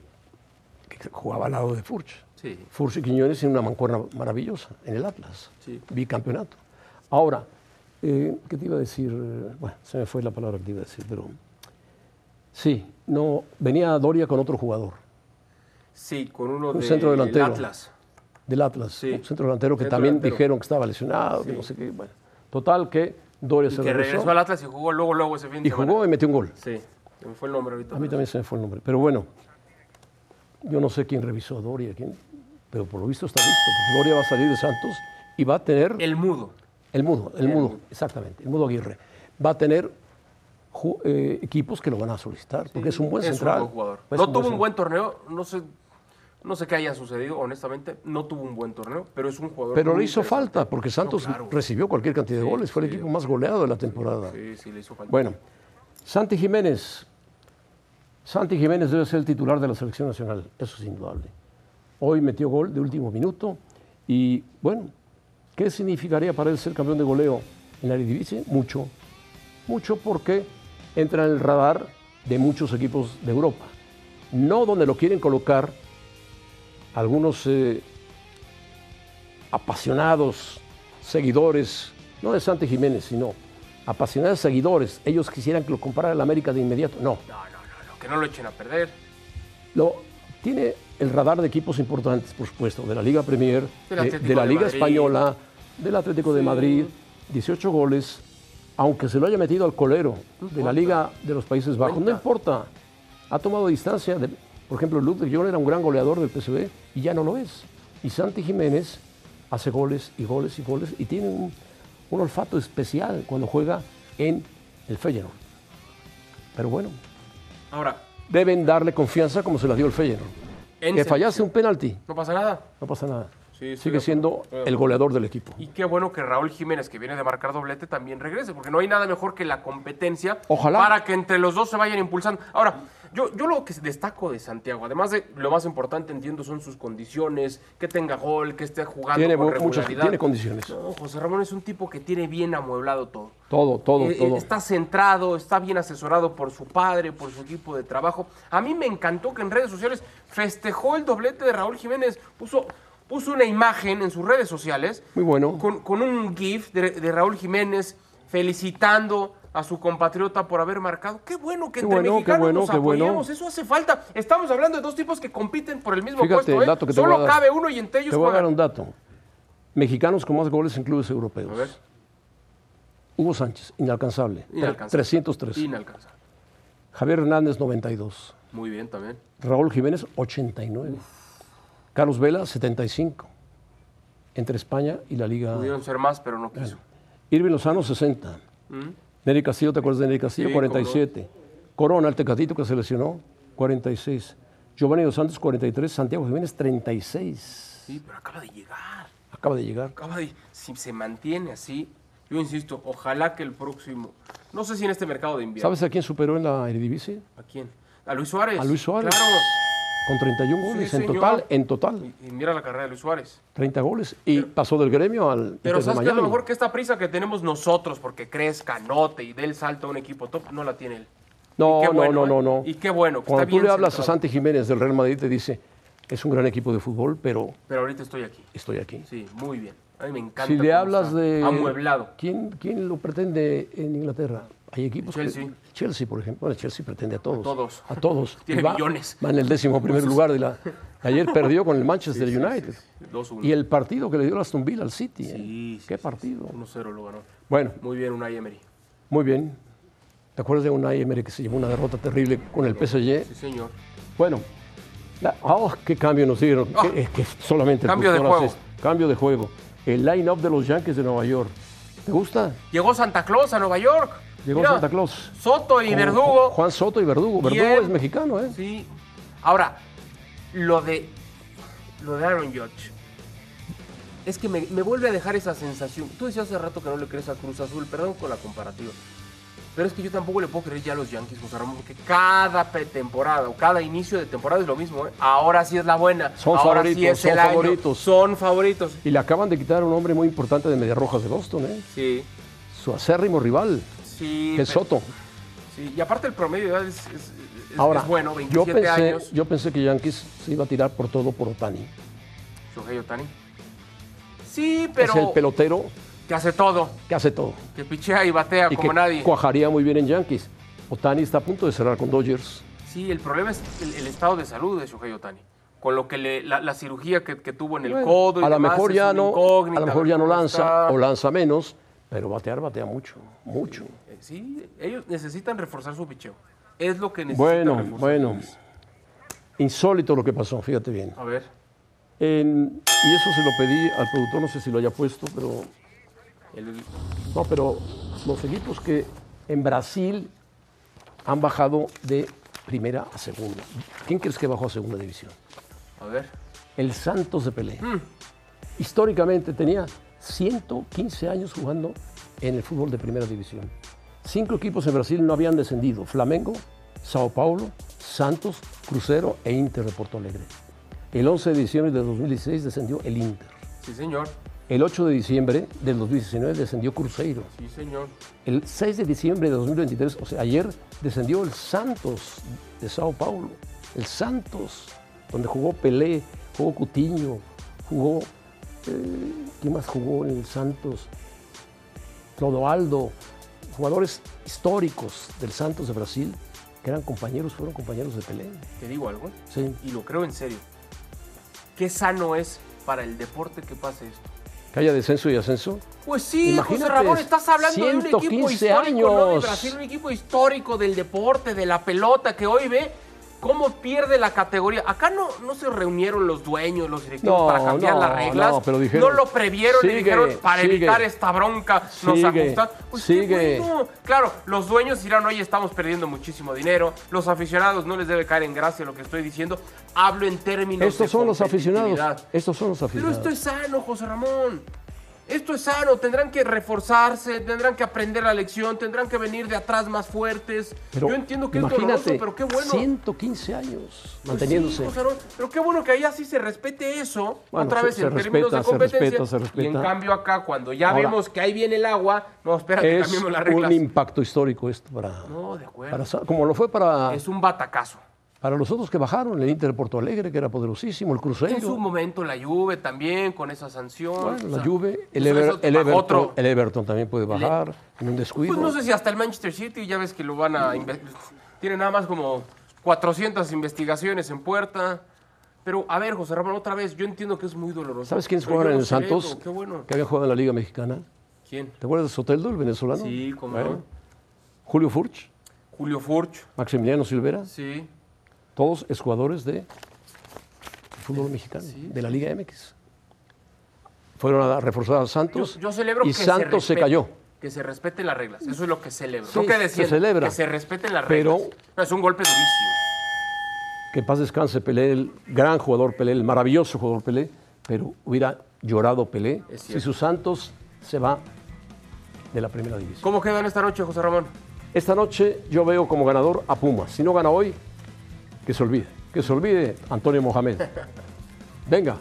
[SPEAKER 8] que jugaba al lado de Furch.
[SPEAKER 9] Sí.
[SPEAKER 8] Furch y Quiñones tienen una mancuerna maravillosa en el Atlas.
[SPEAKER 9] Sí.
[SPEAKER 8] Bicampeonato. Ahora, eh, ¿qué te iba a decir? Eh, Bueno, se me fue la palabra que te iba a decir, pero. Sí, no, venía Doria con otro jugador
[SPEAKER 9] Sí, con uno
[SPEAKER 8] Un
[SPEAKER 9] de,
[SPEAKER 8] centro delantero.
[SPEAKER 9] del Atlas.
[SPEAKER 8] del Atlas,
[SPEAKER 9] Sí.
[SPEAKER 8] un centro delantero que
[SPEAKER 9] Centro
[SPEAKER 8] también
[SPEAKER 9] delantero.
[SPEAKER 8] dijeron que estaba lesionado, que no sé qué. Bueno, total que Doria
[SPEAKER 9] Y
[SPEAKER 8] se
[SPEAKER 9] que
[SPEAKER 8] regresó,
[SPEAKER 9] regresó al Atlas y jugó luego, luego ese fin de
[SPEAKER 8] y
[SPEAKER 9] semana.
[SPEAKER 8] jugó y metió un gol.
[SPEAKER 9] Sí, se me fue el nombre ahorita.
[SPEAKER 8] A mí también se me fue el nombre. Pero bueno, yo no sé quién revisó a Doria, quién, pero por lo visto está listo. porque Doria va a salir de Santos y va a tener.
[SPEAKER 9] El mudo.
[SPEAKER 8] El mudo, el mudo, exactamente, el mudo Aguirre. Va a tener ju- eh, equipos que lo van a solicitar, porque es un buen
[SPEAKER 9] es
[SPEAKER 8] central.
[SPEAKER 9] un buen jugador.
[SPEAKER 8] Es
[SPEAKER 9] no tuvo
[SPEAKER 8] cent-
[SPEAKER 9] un buen torneo, no sé, no sé qué haya sucedido, honestamente. No tuvo un buen torneo, pero es un jugador.
[SPEAKER 8] Pero
[SPEAKER 9] muy
[SPEAKER 8] le hizo
[SPEAKER 9] interesante.
[SPEAKER 8] falta, porque Santos
[SPEAKER 9] No, claro.
[SPEAKER 8] recibió cualquier cantidad de goles, fue el equipo más goleado de la temporada.
[SPEAKER 9] Sí, sí, le hizo falta.
[SPEAKER 8] Bueno, Santi Jiménez. Santi Jiménez debe ser el titular de la selección nacional, eso es indudable. Hoy metió gol de último minuto y bueno, ¿Qué significaría para él ser campeón de goleo en la Eredivisie? Mucho, mucho porque entra en el radar de muchos equipos de Europa. No donde lo quieren colocar algunos eh, apasionados seguidores, no de Santi Jiménez, sino apasionados seguidores. Ellos quisieran que lo comparara al América de inmediato. No,
[SPEAKER 9] No, no, no, no, que no lo echen a perder.
[SPEAKER 8] lo, tiene el radar de equipos importantes, por supuesto, de la Liga Premier,
[SPEAKER 9] Del
[SPEAKER 8] de,
[SPEAKER 9] Atlético
[SPEAKER 8] de la
[SPEAKER 9] de
[SPEAKER 8] Liga
[SPEAKER 9] Madrid.
[SPEAKER 8] Española, del Atlético de Madrid, 18 goles, aunque se lo haya metido al colero de la Liga de los Países Bajos, no importa, ha tomado distancia. de- por ejemplo, Luke de Jong era un gran goleador del PSV y ya no lo es. Y Santi Jiménez hace goles y goles y goles y tiene un, un olfato especial cuando juega en el Feyenoord. Pero bueno,
[SPEAKER 9] Ahora,
[SPEAKER 8] deben darle confianza como se la dio el Feyenoord.
[SPEAKER 9] en
[SPEAKER 8] Que
[SPEAKER 9] se-
[SPEAKER 8] fallase un penalti,
[SPEAKER 9] No pasa nada.
[SPEAKER 8] no pasa nada.
[SPEAKER 6] Sí, estoy de
[SPEAKER 8] Sigue
[SPEAKER 6] acuerdo,
[SPEAKER 8] siendo
[SPEAKER 6] estoy de
[SPEAKER 8] el goleador del equipo.
[SPEAKER 9] Y qué bueno que Raúl Jiménez, que viene de marcar doblete, también regrese, porque no hay nada mejor que la competencia
[SPEAKER 8] Ojalá.
[SPEAKER 9] para que entre los dos se vayan impulsando. Ahora, yo, yo lo que destaco de Santiago, además de lo más importante, entiendo, son sus condiciones, que tenga gol, que esté jugando
[SPEAKER 8] Tiene
[SPEAKER 9] con
[SPEAKER 8] mu- muchas-
[SPEAKER 9] regularidad.
[SPEAKER 8] tiene condiciones.
[SPEAKER 9] No, José Ramón es un tipo que tiene bien amueblado todo.
[SPEAKER 8] Todo, todo,
[SPEAKER 9] Eh, eh,
[SPEAKER 8] todo.
[SPEAKER 9] Está centrado, está bien asesorado por su padre, por su equipo de trabajo. A mí me encantó que en redes sociales festejó el doblete de Raúl Jiménez. Puso, puso una imagen en sus redes sociales.
[SPEAKER 8] Muy bueno.
[SPEAKER 9] Con, con un GIF de, de Raúl Jiménez felicitando a su compatriota por haber marcado. Qué bueno
[SPEAKER 8] Qué
[SPEAKER 9] que entre
[SPEAKER 8] bueno, qué
[SPEAKER 9] mexicanos
[SPEAKER 8] bueno,
[SPEAKER 9] nos
[SPEAKER 8] qué bueno.
[SPEAKER 9] apoyemos. Eso hace falta. Estamos hablando de dos tipos que compiten por el mismo
[SPEAKER 8] Fíjate
[SPEAKER 9] puesto. ¿eh?
[SPEAKER 8] el dato que te
[SPEAKER 9] Solo
[SPEAKER 8] voy a dar.
[SPEAKER 9] cabe uno y entre ellos
[SPEAKER 8] Te voy a dar
[SPEAKER 9] juegan.
[SPEAKER 8] un dato. Mexicanos con más goles en clubes europeos.
[SPEAKER 9] A ver.
[SPEAKER 8] Hugo Sánchez, inalcanzable. tre-
[SPEAKER 9] Inalcanzable.
[SPEAKER 8] 303.
[SPEAKER 9] Inalcanzable.
[SPEAKER 8] Javier Hernández, 92.
[SPEAKER 9] Muy bien también.
[SPEAKER 8] Raúl Jiménez, 89. Carlos Vela, 75. Entre España y la Liga.
[SPEAKER 9] Pudieron ser más, pero no quiso.
[SPEAKER 8] Irving Lozano, 60. Nery Castillo, ¿te acuerdas de Nery Castillo?
[SPEAKER 9] Mm. Sí,
[SPEAKER 8] 47. Corona, el Tecatito que se lesionó, 46. Giovanni Dos Santos, 43. Santiago Jiménez, 36.
[SPEAKER 9] Sí, pero acaba de llegar.
[SPEAKER 8] Acaba de llegar.
[SPEAKER 9] acaba de- si se mantiene así, yo insisto, ojalá que el próximo, no sé si en este mercado de invierno,
[SPEAKER 8] ¿Sabes a quién superó en la Eredivisie?
[SPEAKER 9] ¿a quién? A Luis Suárez.
[SPEAKER 8] A Luis Suárez.
[SPEAKER 9] Claro.
[SPEAKER 8] Con 31
[SPEAKER 9] Sí,
[SPEAKER 8] goles en
[SPEAKER 9] señor.
[SPEAKER 8] total, en total,
[SPEAKER 9] Y, y mira la carrera de Luis Suárez.
[SPEAKER 8] 30 goles. Y pasó del gremio al Inter
[SPEAKER 9] Pero
[SPEAKER 8] de
[SPEAKER 9] sabes que a lo
[SPEAKER 8] Miami.
[SPEAKER 9] mejor que esta prisa que tenemos nosotros porque crezca, note y dé el salto a un equipo top, no la tiene él.
[SPEAKER 8] No,
[SPEAKER 9] Y qué
[SPEAKER 8] no,
[SPEAKER 9] bueno,
[SPEAKER 8] no,
[SPEAKER 9] ¿eh?
[SPEAKER 8] no, no.
[SPEAKER 9] Y qué bueno, que
[SPEAKER 8] Cuando
[SPEAKER 9] está
[SPEAKER 8] tú
[SPEAKER 9] bien
[SPEAKER 8] le hablas a
[SPEAKER 9] centrado.
[SPEAKER 8] Santi Jiménez del Real Madrid, te dice, es un gran equipo de fútbol, pero
[SPEAKER 9] Pero ahorita estoy aquí.
[SPEAKER 8] estoy aquí.
[SPEAKER 9] Sí, muy bien. A mí me encanta.
[SPEAKER 8] Si le
[SPEAKER 9] cómo
[SPEAKER 8] hablas
[SPEAKER 9] está
[SPEAKER 8] de.
[SPEAKER 9] Amueblado.
[SPEAKER 8] ¿quién, quién lo pretende en Inglaterra? Hay equipos.
[SPEAKER 9] Chelsea.
[SPEAKER 8] Que, Chelsea, por ejemplo. Bueno, Chelsea pretende a todos. A
[SPEAKER 9] todos.
[SPEAKER 8] A todos.
[SPEAKER 9] Tiene
[SPEAKER 8] Y va-
[SPEAKER 9] millones.
[SPEAKER 8] Va en el décimo primer lugar de la. Ayer perdió con el Manchester United.
[SPEAKER 9] 2-1.
[SPEAKER 8] Y el partido que le dio el Aston Villa al City. ¿eh?
[SPEAKER 9] Sí, sí,
[SPEAKER 8] ¿Qué
[SPEAKER 9] sí,
[SPEAKER 8] partido?
[SPEAKER 9] 1-0 lo ganó.
[SPEAKER 8] Bueno,
[SPEAKER 9] Muy bien, Unai Emery.
[SPEAKER 8] muy bien. ¿Te acuerdas de una Emery que se llevó una derrota terrible con el PSG?
[SPEAKER 9] Sí, señor.
[SPEAKER 8] Bueno, la- ah, qué cambio nos dieron.
[SPEAKER 9] Ah.
[SPEAKER 8] que, es que solamente el
[SPEAKER 9] Cambio de
[SPEAKER 8] fútbol hace
[SPEAKER 9] juego.
[SPEAKER 8] esto. Cambio de juego. El line-up de los Yankees de Nueva York. ¿Te gusta?
[SPEAKER 9] Llegó Santa Claus a Nueva York.
[SPEAKER 8] Llegó
[SPEAKER 9] Mira,
[SPEAKER 8] Santa Claus.
[SPEAKER 9] Soto y
[SPEAKER 8] Con
[SPEAKER 9] Verdugo.
[SPEAKER 8] Juan Soto y Verdugo. Verdugo
[SPEAKER 9] Bien.
[SPEAKER 8] es mexicano, ¿eh?
[SPEAKER 9] Sí. Ahora, lo de. Lo de Aaron Judge. Es que me, me vuelve a dejar esa sensación. Tú decías hace rato que no le crees a Cruz Azul, perdón con la comparativa. Pero es que yo tampoco le puedo creer ya a los Yankees, José Ramón, porque cada pe- temporada o cada inicio de temporada es lo mismo, ¿eh? Ahora sí es la buena.
[SPEAKER 8] Son
[SPEAKER 9] ahora sí
[SPEAKER 8] favoritos,
[SPEAKER 9] es el
[SPEAKER 8] son
[SPEAKER 9] año,
[SPEAKER 8] favoritos.
[SPEAKER 9] Son favoritos.
[SPEAKER 8] Y le acaban de quitar a un hombre muy importante de Medias Rojas de Boston, ¿eh?
[SPEAKER 9] Sí,
[SPEAKER 8] Su acérrimo rival,
[SPEAKER 9] sí.
[SPEAKER 8] que es
[SPEAKER 9] pero-
[SPEAKER 8] Soto.
[SPEAKER 9] Sí, y aparte el promedio de edad es, es- es-
[SPEAKER 8] Ahora,
[SPEAKER 9] es bueno, 27
[SPEAKER 8] yo, pensé,
[SPEAKER 9] años.
[SPEAKER 8] yo pensé que Yankees se iba a tirar por todo por Otani.
[SPEAKER 9] Shohei Otani. Sí, pero
[SPEAKER 8] Es el pelotero
[SPEAKER 9] que hace todo,
[SPEAKER 8] que hace todo.
[SPEAKER 9] que pichea y batea
[SPEAKER 8] Y
[SPEAKER 9] como
[SPEAKER 8] que
[SPEAKER 9] nadie.
[SPEAKER 8] cuajaría muy bien en Yankees. Otani está a punto de cerrar con Dodgers.
[SPEAKER 9] Sí, el problema es el, el estado de salud de Shohei Otani. Con lo que le- la, la cirugía que, que tuvo en el
[SPEAKER 8] Bueno,
[SPEAKER 9] codo y
[SPEAKER 8] a lo
[SPEAKER 9] demás,
[SPEAKER 8] mejor
[SPEAKER 9] es
[SPEAKER 8] ya
[SPEAKER 9] una
[SPEAKER 8] no
[SPEAKER 9] incógnita,
[SPEAKER 8] a lo mejor
[SPEAKER 9] ver
[SPEAKER 8] ya no
[SPEAKER 9] cómo
[SPEAKER 8] lanza
[SPEAKER 9] está.
[SPEAKER 8] o lanza menos pero batear batea mucho mucho
[SPEAKER 9] Eh, Sí, ellos necesitan reforzar su picheo. Es lo que necesitan
[SPEAKER 8] bueno
[SPEAKER 9] reforzar.
[SPEAKER 8] bueno insólito lo que pasó fíjate bien
[SPEAKER 9] A ver,
[SPEAKER 8] En- y eso se lo pedí al productor no sé si lo haya puesto pero
[SPEAKER 9] el-
[SPEAKER 8] no pero los equipos que en Brasil han bajado de primera a segunda quién crees que bajó a segunda división
[SPEAKER 9] a ver.
[SPEAKER 8] el Santos de Pelé. Históricamente tenía 115 años jugando en el fútbol de primera división. Cinco equipos en Brasil no habían descendido. Flamengo, Sao Paulo, Santos, Crucero e Inter de Porto Alegre. El 11 de diciembre de 2016 descendió el Inter.
[SPEAKER 9] Sí, señor.
[SPEAKER 8] El 8 de diciembre del 2019 descendió Cruzeiro.
[SPEAKER 9] Sí, señor.
[SPEAKER 8] El 6 de diciembre de 2023, o sea, ayer descendió el Santos de Sao Paulo. El Santos, donde jugó Pelé, jugó Cutiño, jugó. eh, ¿Quién más jugó en el Santos? Clodoaldo, jugadores históricos del Santos de Brasil, que eran compañeros, fueron compañeros de Pelé.
[SPEAKER 9] Te digo algo,
[SPEAKER 8] Sí,
[SPEAKER 9] y lo creo en serio. Qué sano es para el deporte que pase esto.
[SPEAKER 8] que haya descenso y ascenso.
[SPEAKER 9] Pues sí,
[SPEAKER 8] Imagínate,
[SPEAKER 9] José Ramón, estás hablando de un equipo
[SPEAKER 8] 115
[SPEAKER 9] histórico ¿no? de
[SPEAKER 8] años.
[SPEAKER 9] Brasil, un equipo histórico del deporte, de la pelota, que hoy ve cómo pierde la categoría. Acá no, no se reunieron los dueños, los directivos
[SPEAKER 8] No,
[SPEAKER 9] para cambiar
[SPEAKER 8] no,
[SPEAKER 9] las reglas.
[SPEAKER 8] no, pero dijeron,
[SPEAKER 9] lo previeron y
[SPEAKER 8] "Sigue,
[SPEAKER 9] dijeron, para
[SPEAKER 8] sigue,
[SPEAKER 9] evitar esta bronca, nos
[SPEAKER 8] sigue,
[SPEAKER 9] ajustamos. Pues qué
[SPEAKER 8] sigue.
[SPEAKER 9] bueno. Claro, los dueños dirán, oye, estamos perdiendo muchísimo dinero. Los aficionados no les debe caer en gracia lo que estoy diciendo. Hablo en términos de
[SPEAKER 8] Estos son los aficionados.
[SPEAKER 9] competitividad.
[SPEAKER 8] Estos son los
[SPEAKER 9] Pero
[SPEAKER 8] aficionados.
[SPEAKER 9] esto es sano, José Ramón. Esto es sano. Tendrán que reforzarse, tendrán que aprender la lección, tendrán que venir de atrás más fuertes.
[SPEAKER 8] Pero
[SPEAKER 9] Yo entiendo que es doloroso,
[SPEAKER 8] imagínate,
[SPEAKER 9] pero qué bueno.
[SPEAKER 8] 115 años
[SPEAKER 9] Pues
[SPEAKER 8] manteniéndose.
[SPEAKER 9] sí, José Ramón, pero qué bueno que ahí así se respete eso.
[SPEAKER 8] Bueno,
[SPEAKER 9] otra
[SPEAKER 8] se-
[SPEAKER 9] vez
[SPEAKER 8] se
[SPEAKER 9] en términos de
[SPEAKER 8] respeta, se
[SPEAKER 9] competencia.
[SPEAKER 8] respeta, se respeta.
[SPEAKER 9] Y en cambio acá, cuando ya
[SPEAKER 8] Ahora,
[SPEAKER 9] vemos que ahí viene el agua, no, espérate,
[SPEAKER 8] es
[SPEAKER 9] cambiemos las
[SPEAKER 8] un
[SPEAKER 9] reglas.
[SPEAKER 8] impacto histórico esto para,
[SPEAKER 9] No, de acuerdo.
[SPEAKER 8] para Sa- como lo fue para,
[SPEAKER 9] Es un batacazo.
[SPEAKER 8] para los otros que bajaron, el Inter de Porto Alegre, que era poderosísimo, el
[SPEAKER 9] En su
[SPEAKER 8] Cruzeiro,
[SPEAKER 9] momento la Juve también, con esa sanción.
[SPEAKER 8] bueno,
[SPEAKER 9] o
[SPEAKER 8] la
[SPEAKER 9] sea, pues
[SPEAKER 8] Juve, el,
[SPEAKER 9] eso-
[SPEAKER 8] Ever-
[SPEAKER 9] eso te
[SPEAKER 8] el
[SPEAKER 9] bajó
[SPEAKER 8] Everton,
[SPEAKER 9] otro-
[SPEAKER 8] el Everton también puede bajar en un descuido.
[SPEAKER 9] Pues no sé si hasta el Manchester City, ya ves que lo van a... inve- Tiene nada más como 400 investigaciones en puerta. Pero, a ver, José Ramón, otra vez, yo entiendo que es muy doloroso.
[SPEAKER 8] ¿Sabes quiénes
[SPEAKER 9] Pero yo
[SPEAKER 8] jugaron en
[SPEAKER 9] lo
[SPEAKER 8] el
[SPEAKER 9] celebro,
[SPEAKER 8] Santos?
[SPEAKER 9] Qué bueno.
[SPEAKER 8] Que habían jugado en la Liga Mexicana.
[SPEAKER 9] ¿Quién?
[SPEAKER 8] ¿Te acuerdas de Soteldo, el venezolano?
[SPEAKER 9] Sí, cómo no.
[SPEAKER 8] Julio Furch,
[SPEAKER 9] Julio Furch.
[SPEAKER 8] Maximiliano Silvera,
[SPEAKER 9] Sí.
[SPEAKER 8] todos exjugadores de fútbol mexicano, de la Liga MX. Fueron a reforzar a
[SPEAKER 9] Yo,
[SPEAKER 8] Santos
[SPEAKER 9] yo celebro
[SPEAKER 8] y
[SPEAKER 9] que
[SPEAKER 8] Santos se,
[SPEAKER 9] respete-
[SPEAKER 8] cayó.
[SPEAKER 9] Que se respeten las reglas. Eso es lo que celebro.
[SPEAKER 8] Sí,
[SPEAKER 9] no que
[SPEAKER 8] se
[SPEAKER 9] defienda,
[SPEAKER 8] celebra.
[SPEAKER 9] Que se respeten las
[SPEAKER 8] Pero-
[SPEAKER 9] reglas. No, es un golpe durísimo.
[SPEAKER 8] Que en paz descanse Pelé, el gran jugador Pelé, el maravilloso jugador Pelé, pero hubiera llorado Pelé
[SPEAKER 9] Es
[SPEAKER 8] si
[SPEAKER 9] cierto.
[SPEAKER 8] su Santos se va de la primera división.
[SPEAKER 9] ¿Cómo quedan esta noche, José Ramón?
[SPEAKER 8] Esta noche yo veo como ganador a Pumas. Si no gana hoy, que se olvide. Que se olvide Antonio Mohamed. Venga.